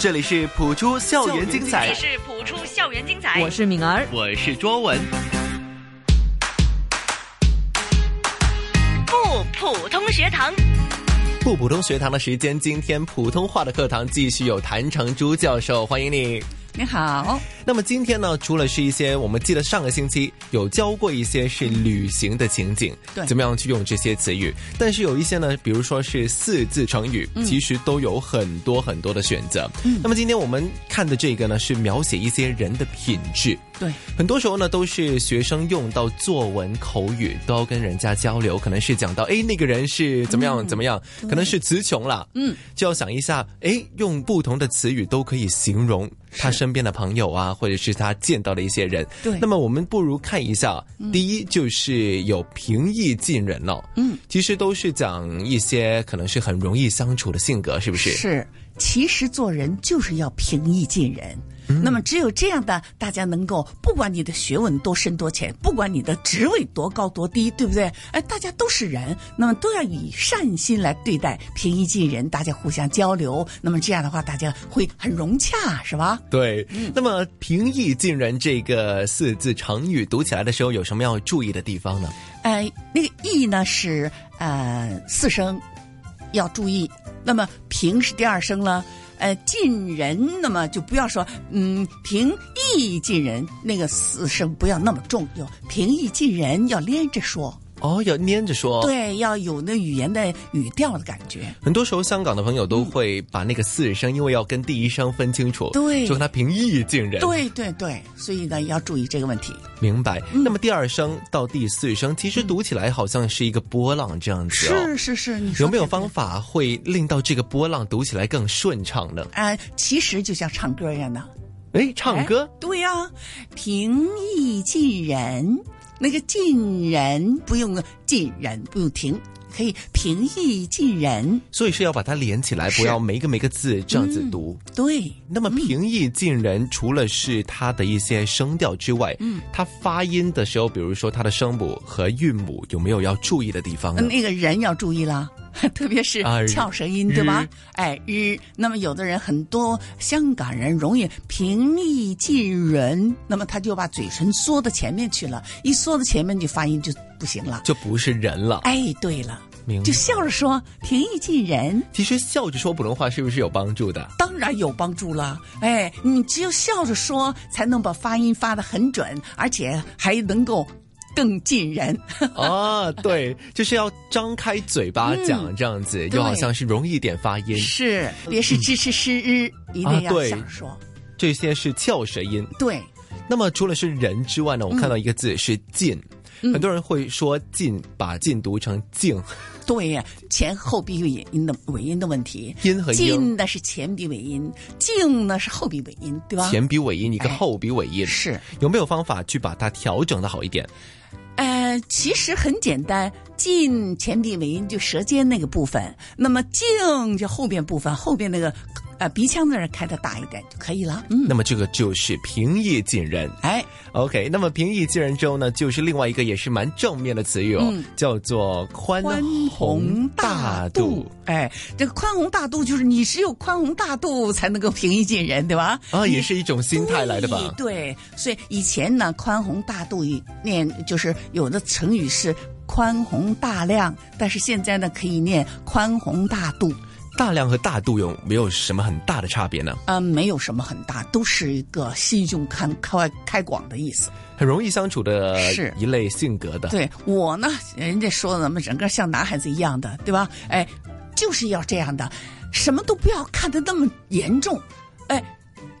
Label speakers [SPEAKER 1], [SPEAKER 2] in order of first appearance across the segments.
[SPEAKER 1] 这里是普出校园精彩
[SPEAKER 2] 这里，是普出校园精彩，
[SPEAKER 3] 我是敏儿，
[SPEAKER 1] 我是卓文。
[SPEAKER 2] 不普通学堂。
[SPEAKER 1] 不普通学堂的时间，今天普通话的课堂继续有谭成珠教授，欢迎你。
[SPEAKER 4] 你好，
[SPEAKER 1] 那么今天呢，除了是一些我们记得上个星期有教过一些是旅行的情景，
[SPEAKER 4] 对
[SPEAKER 1] 怎么样去用这些词语，但是有一些呢，比如说是四字成语，其实都有很多很多的选择。那么今天我们看的这个呢，是描写一些人的品质。
[SPEAKER 4] 对，
[SPEAKER 1] 很多时候呢，都是学生用到作文、口语，都要跟人家交流，可能是讲到，哎，那个人是怎么样、怎么样，可能是词穷了，嗯，就要想一下，哎，用不同的词语都可以形容他身边的朋友啊，或者是他见到的一些人。
[SPEAKER 4] 对
[SPEAKER 1] 那么我们不如看一下，第一就是有平易近人了、嗯，其实都是讲一些可能是很容易相处的性格，是不是？
[SPEAKER 4] 是，其实做人就是要平易近人。
[SPEAKER 1] 嗯
[SPEAKER 4] 那么，只有这样的，大家能够不管你的学问多深多浅，不管你的职位多高多低，对不对？哎，大家都是人，那么都要以善心来对待，平易近人，大家互相交流。那么这样的话，大家会很融洽，是吧？
[SPEAKER 1] 对，那么“平易近人”这个四字成语读起来的时候，有什么要注意的地方呢？
[SPEAKER 4] 呃，那个意呢是呃四声，要注意。那么平是第二声了，呃近人，那么就不要说嗯平易近人，那个四声不要那么重，有平易近人要连着说，
[SPEAKER 1] 哦，要粘着说。，
[SPEAKER 4] 对，要有那语言的语调的感觉。
[SPEAKER 1] 很多时候香港的朋友都会把那个四声，因为要跟第一声分清楚，
[SPEAKER 4] 对
[SPEAKER 1] 就跟它平易近人。，
[SPEAKER 4] 对对对，所以呢要注意这个问题。
[SPEAKER 1] 明白。那么第二声到第四声，其实读起来好像是一个波浪这样子
[SPEAKER 4] 是
[SPEAKER 1] 哦。
[SPEAKER 4] 是是，你说
[SPEAKER 1] 有没有
[SPEAKER 4] 对不对
[SPEAKER 1] 方法会令到这个波浪读起来更顺畅呢？
[SPEAKER 4] 呃，其实就像唱歌一样的，
[SPEAKER 1] 哎，唱歌。
[SPEAKER 4] 哎对呀、平易近人，那个近人不用近人不用停，可以平易近人。
[SPEAKER 1] 所以是要把它连起来，不
[SPEAKER 4] 是
[SPEAKER 1] 要每一个每个字这样子读。
[SPEAKER 4] 对，
[SPEAKER 1] 那么平易近人，除了是它的一些声调之外，嗯，它发音的时候，比如说它的声母和韵母，有没有要注意的地方呢？
[SPEAKER 4] 嗯那个人要注意啦。 特别是
[SPEAKER 1] 啊
[SPEAKER 4] 翘舌音，对吧
[SPEAKER 1] 日？
[SPEAKER 4] 哎，日。那么有的人，很多香港人容易平易近人，那么他就把嘴唇缩到前面去了，一缩到前面就发音就不行了。
[SPEAKER 1] 就不是人了。
[SPEAKER 4] 哎，对了
[SPEAKER 1] 明白，
[SPEAKER 4] 就笑着说平易近人，
[SPEAKER 1] 其实笑着说普通话是不是有帮助 的？
[SPEAKER 4] 当然有帮助了。哎，你只有笑着说，才能把发音发得很准，而且还能够更近人。
[SPEAKER 1] 啊，对，就是要张开嘴巴讲这样子，就好像是容易一点发音。
[SPEAKER 4] 嗯是，别是支持失日，一定
[SPEAKER 1] 啊
[SPEAKER 4] 要
[SPEAKER 1] 对
[SPEAKER 4] 笑着说。
[SPEAKER 1] 这些是翘舌音。
[SPEAKER 4] 对，
[SPEAKER 1] 那么除了是人之外呢，
[SPEAKER 4] 嗯
[SPEAKER 1] 我看到一个字是近，很多人会说近，把近读成静，
[SPEAKER 4] 对呀，前后鼻尾音的尾音的问题。
[SPEAKER 1] 音和音
[SPEAKER 4] 近。呢是前鼻尾音，静呢是后鼻尾音，对吧？
[SPEAKER 1] 前鼻尾音一个
[SPEAKER 4] 哎
[SPEAKER 1] 后鼻尾音，
[SPEAKER 4] 是，
[SPEAKER 1] 有没有方法去把它调整的好一点？
[SPEAKER 4] 呃，其实很简单，近前鼻尾音就舌尖那个部分，那么静就后边部分，后边那个呃鼻腔那儿开的大一点就可以了。嗯，
[SPEAKER 1] 那么这个就是平易近人。
[SPEAKER 4] 哎，
[SPEAKER 1] OK，那么平易近人之后呢，就是另外一个也是蛮正面的词语哦，叫做宽
[SPEAKER 4] 宽
[SPEAKER 1] 宏
[SPEAKER 4] 嗯宏
[SPEAKER 1] 大
[SPEAKER 4] 大
[SPEAKER 1] 度
[SPEAKER 4] 度。，哎，这个宽宏大度就是你只有宽宏大度才能够平易近人，对吧？
[SPEAKER 1] 啊，也
[SPEAKER 4] 你
[SPEAKER 1] 是一种心态来的吧？
[SPEAKER 4] 对，对所以以前呢，宽宏大度一念就是有的成语是宽宏大量，但是现在呢可以念宽宏大度，
[SPEAKER 1] 大量和大度有没有什么很大的差别呢？
[SPEAKER 4] 嗯、没有什么很大，都是一个心胸开开开广的意思。
[SPEAKER 1] 很容易相处的
[SPEAKER 4] 是
[SPEAKER 1] 一类性格的。
[SPEAKER 4] 对我呢，人家说咱们整个像男孩子一样的，对吧？哎，就是要这样的，什么都不要看得那么严重，哎。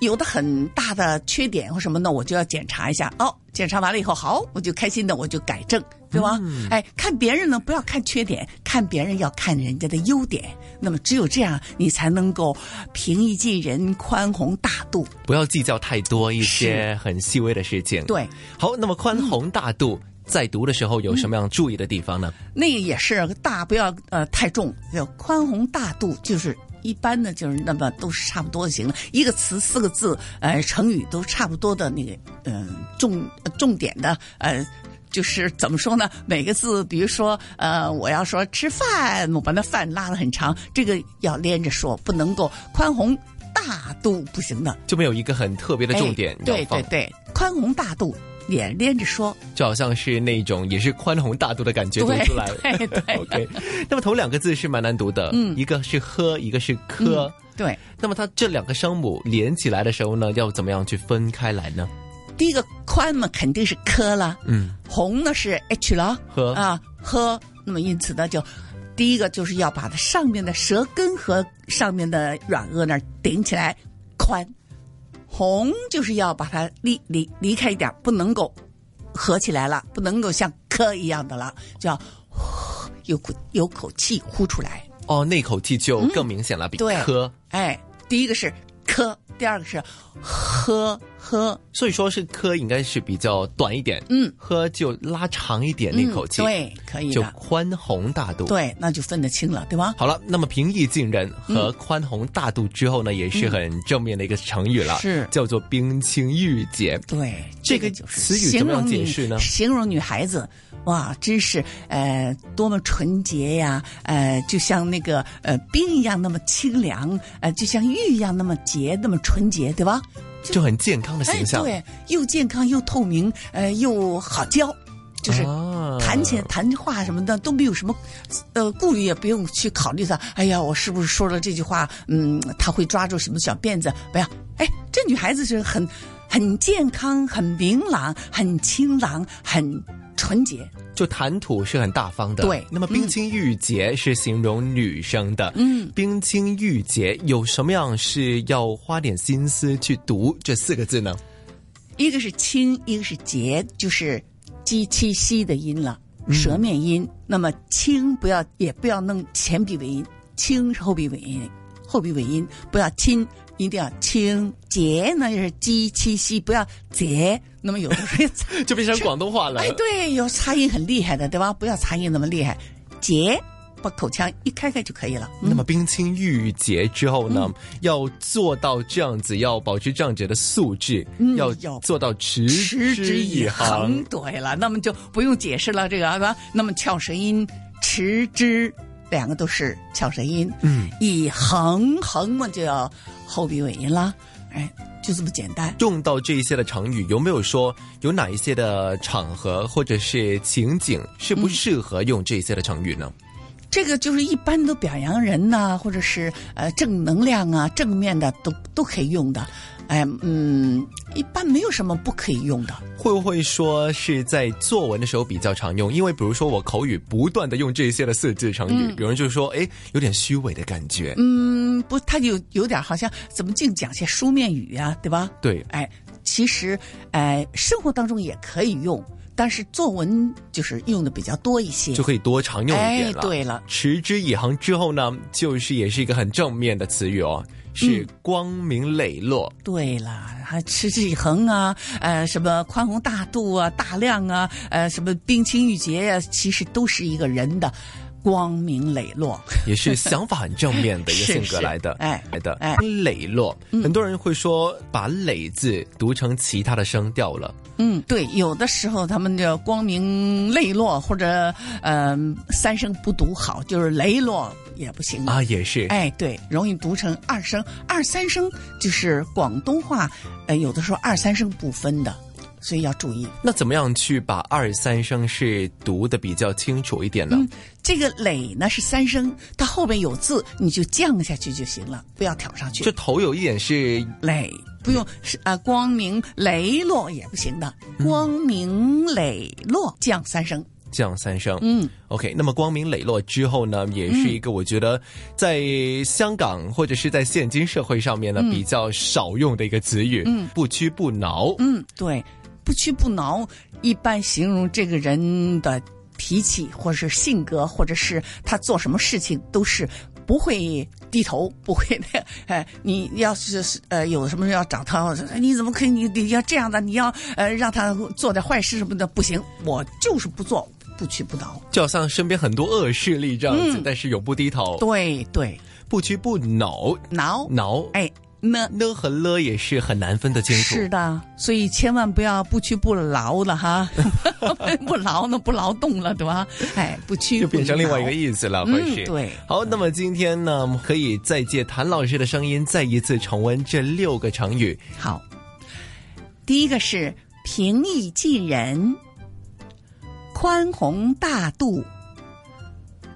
[SPEAKER 4] 有的很大的缺点或什么呢，我就要检查一下。哦，检查完了以后，好，我就开心的，我就改正，对吧？哎，看别人呢，不要看缺点，看别人要看人家的优点。那么只有这样，你才能够平易近人、宽宏大度。
[SPEAKER 1] 不要计较太多一些很细微的事情。
[SPEAKER 4] 对，
[SPEAKER 1] 好，那么宽宏大度。在读的时候有什么样
[SPEAKER 4] 嗯
[SPEAKER 1] 注意的地方呢？
[SPEAKER 4] 那个也是大，不要呃太重，要宽宏大度，就是一般的，就是那么都是差不多就行了。一个词四个字，呃，成语都差不多的那个，嗯、重呃重点的，呃。就是怎么说呢？每个字，比如说，呃，我要说吃饭，我把那饭拉得很长，这个要连着说，不能够宽宏大大度不行的。
[SPEAKER 1] 就没有一个很特别的重点
[SPEAKER 4] 哎
[SPEAKER 1] 要
[SPEAKER 4] 对
[SPEAKER 1] 放
[SPEAKER 4] 对，对，宽宏大度也连着说，
[SPEAKER 1] 就好像是那种也是宽宏大度的感觉读
[SPEAKER 4] 对
[SPEAKER 1] 出来。
[SPEAKER 4] 对对
[SPEAKER 1] OK，那么头两个字是蛮难读的，
[SPEAKER 4] 嗯
[SPEAKER 1] 一个是喝，一个是科。
[SPEAKER 4] 对。
[SPEAKER 1] 那么它这两个声母连起来的时候呢，要怎么样去分开来呢？
[SPEAKER 4] 第一个宽嘛，肯定是科了，
[SPEAKER 1] 嗯，
[SPEAKER 4] 红呢是 h 了，
[SPEAKER 1] 呵
[SPEAKER 4] 啊呵，那么因此呢，就第一个就是要把它上面的舌根和上面的软腭那儿顶起来，宽。红就是要把它离离离开一点，不能够合起来了，不能够像科一样的了，就要呼有口有口气呼出来。
[SPEAKER 1] 哦，那口气就更明显了，比
[SPEAKER 4] 对
[SPEAKER 1] 科。
[SPEAKER 4] 哎，第一个是科，第二个是呵呵，
[SPEAKER 1] 所以说是科应该是比较短一点，
[SPEAKER 4] 嗯，
[SPEAKER 1] 喝就拉长一点那口气，
[SPEAKER 4] 嗯对，可以
[SPEAKER 1] 就
[SPEAKER 4] 的，
[SPEAKER 1] 宽宏大度。
[SPEAKER 4] 对，那就分得清了，对吧？
[SPEAKER 1] 好了，那么平易近人和宽宏大度之后呢，也是很正面的一个成语了，
[SPEAKER 4] 嗯是
[SPEAKER 1] 叫做冰清玉洁。
[SPEAKER 4] 对，
[SPEAKER 1] 这个
[SPEAKER 4] 就是
[SPEAKER 1] 词语
[SPEAKER 4] 形
[SPEAKER 1] 怎么样
[SPEAKER 4] 容
[SPEAKER 1] 解
[SPEAKER 4] 女
[SPEAKER 1] 释呢
[SPEAKER 4] 形容女孩子，哇，真是呃多么纯洁呀，呃，就像那个呃冰一样那么清凉，呃，就像玉一样那么洁，那么纯洁，对吧？
[SPEAKER 1] 就很健康的
[SPEAKER 4] 哎
[SPEAKER 1] 形，象，
[SPEAKER 4] 对，又健康又透明，呃，又好教，就是。
[SPEAKER 1] 啊
[SPEAKER 4] 谈钱、谈话什么的都没有什么，呃，顾虑也不用去考虑它。哎呀，我是不是说了这句话，嗯，他会抓住什么小辫子？不要，哎，这女孩子是很很健康、很明朗、很清朗、很纯洁。
[SPEAKER 1] 就谈吐是很大方的。嗯
[SPEAKER 4] 对
[SPEAKER 1] 那么冰清玉洁是形容女生的。
[SPEAKER 4] 嗯，
[SPEAKER 1] 冰清玉洁有什么样是要花点心思去读这四个字呢？
[SPEAKER 4] 一个是清，一个是洁，就是鸡七西的音了，舌面音。那么清不要，也不要弄前鼻尾音，清是后鼻尾音，后鼻尾音不要清，一定要清。洁呢就是鸡七西，不要洁。那么有的时 候
[SPEAKER 1] 就变成广东话了。
[SPEAKER 4] 哎，对，有擦音很厉害的，对吧？不要擦音那么厉害，洁，把口腔一开开就可以了。
[SPEAKER 1] 那么冰清玉洁之后呢，要做到这样子，要保持这样子的素质，
[SPEAKER 4] 嗯
[SPEAKER 1] 要
[SPEAKER 4] 要
[SPEAKER 1] 做到持
[SPEAKER 4] 持之
[SPEAKER 1] 之
[SPEAKER 4] 以
[SPEAKER 1] 恒
[SPEAKER 4] 恒。。对了，那么就不用解释了，这个啊，吧那么翘舌音，持之两个都是翘舌音，
[SPEAKER 1] 嗯，
[SPEAKER 4] 以恒恒嘛就要后鼻尾音啦，哎，就这么简单。
[SPEAKER 1] 用到这一些的成语，有没有说有哪一些的场合或者是情景是不适合用这些的成语呢？
[SPEAKER 4] 这个就是一般都表扬人呐、或者是呃正能量啊、正面的都都可以用的，哎嗯，一般没有什么不可以用的。
[SPEAKER 1] 会不会说是在作文的时候比较常用？因为比如说我口语不断的用这些的四字成语，有人就说，哎，有点虚伪的感觉。
[SPEAKER 4] 嗯，不，他就有点好像怎么净讲些书面语啊，对吧？
[SPEAKER 1] 对，
[SPEAKER 4] 哎，其实，哎，生活当中也可以用，但是作文就是用的比较多一些。
[SPEAKER 1] 就可以多常用一点了。
[SPEAKER 4] 哎对了
[SPEAKER 1] 持之以恒之后呢，就是也是一个很正面的词语哦，
[SPEAKER 4] 嗯
[SPEAKER 1] 是光明磊落。
[SPEAKER 4] 对了，还持之以恒啊，呃，什么宽宏大度啊，大量啊，呃，什么冰清玉洁呀、其实都是一个人的光明磊落。
[SPEAKER 1] 也是想法很正面的一个
[SPEAKER 4] 是
[SPEAKER 1] 性格来的，
[SPEAKER 4] 是哎
[SPEAKER 1] 来的，
[SPEAKER 4] 哎
[SPEAKER 1] 磊落。很多人会说把“磊”字读成其他的声调了，
[SPEAKER 4] 嗯，对，有的时候他们就光明磊落，或者嗯、三声不读好，就是磊落也不行
[SPEAKER 1] 啊，也是，
[SPEAKER 4] 哎，对，容易读成二声、二三声，就是广东话，呃，有的时候二三声不分的，所以要注意。
[SPEAKER 1] 那怎么样去把二三声是读的比较清楚一点呢？
[SPEAKER 4] 嗯，这个累呢是三声，它后面有字，你就降下去就行了，不要挑上
[SPEAKER 1] 就
[SPEAKER 4] 去。
[SPEAKER 1] 头有一点是
[SPEAKER 4] 累不用是啊、光明磊落也不行的，光明磊落降三声。
[SPEAKER 1] 降三声，
[SPEAKER 4] 嗯，
[SPEAKER 1] OK，那么光明磊落之后呢，也是一个我觉得在香港或者是在现今社会上面
[SPEAKER 4] 嗯
[SPEAKER 1] 呢、比较少用的一个词语，嗯，不屈不挠，
[SPEAKER 4] 嗯，对，不屈不挠，一般形容这个人的脾气，或者是性格，或者是他做什么事情都是。不会低头，不会的。 哎，你要是呃有什么要找他，我说哎你怎么可以？你你要这样的，你要呃让他做点坏事什么的，不行，我就是不做，不屈不挠。
[SPEAKER 1] 就好像身边很多恶势
[SPEAKER 4] 嗯
[SPEAKER 1] 力这样子，但是永不低头，
[SPEAKER 4] 对对，
[SPEAKER 1] 不屈不挠，
[SPEAKER 4] 挠，
[SPEAKER 1] 挠，
[SPEAKER 4] 哎，呢。
[SPEAKER 1] 呢和了也是很难分得清楚。
[SPEAKER 4] 是的，所以千万不要不屈不挠了哈， 不劳呢不劳动了，对吧？哎，不屈
[SPEAKER 1] 就
[SPEAKER 4] 不挠
[SPEAKER 1] 变成另外一个意思了，回去、
[SPEAKER 4] 嗯对
[SPEAKER 1] 好，那么今天呢，可以再借谭老师的声音，再一次重温这六个成语。
[SPEAKER 4] 好。第一个是平易近人，宽宏大度，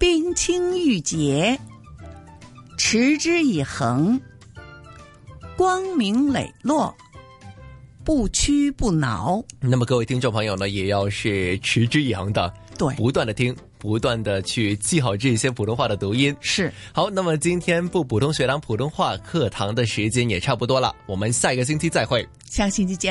[SPEAKER 4] 冰清玉洁，持之以恒，光明磊落，不屈不挠。
[SPEAKER 1] 那么各位听众朋友呢，也要是持之以恒的，
[SPEAKER 4] 对，
[SPEAKER 1] 不断的听，不断的去记好这些普通话的读音。
[SPEAKER 4] 是
[SPEAKER 1] 好，那么今天不普通学堂普通话课堂的时间也差不多了，我们下一个星期再会。
[SPEAKER 4] 下个星期见了。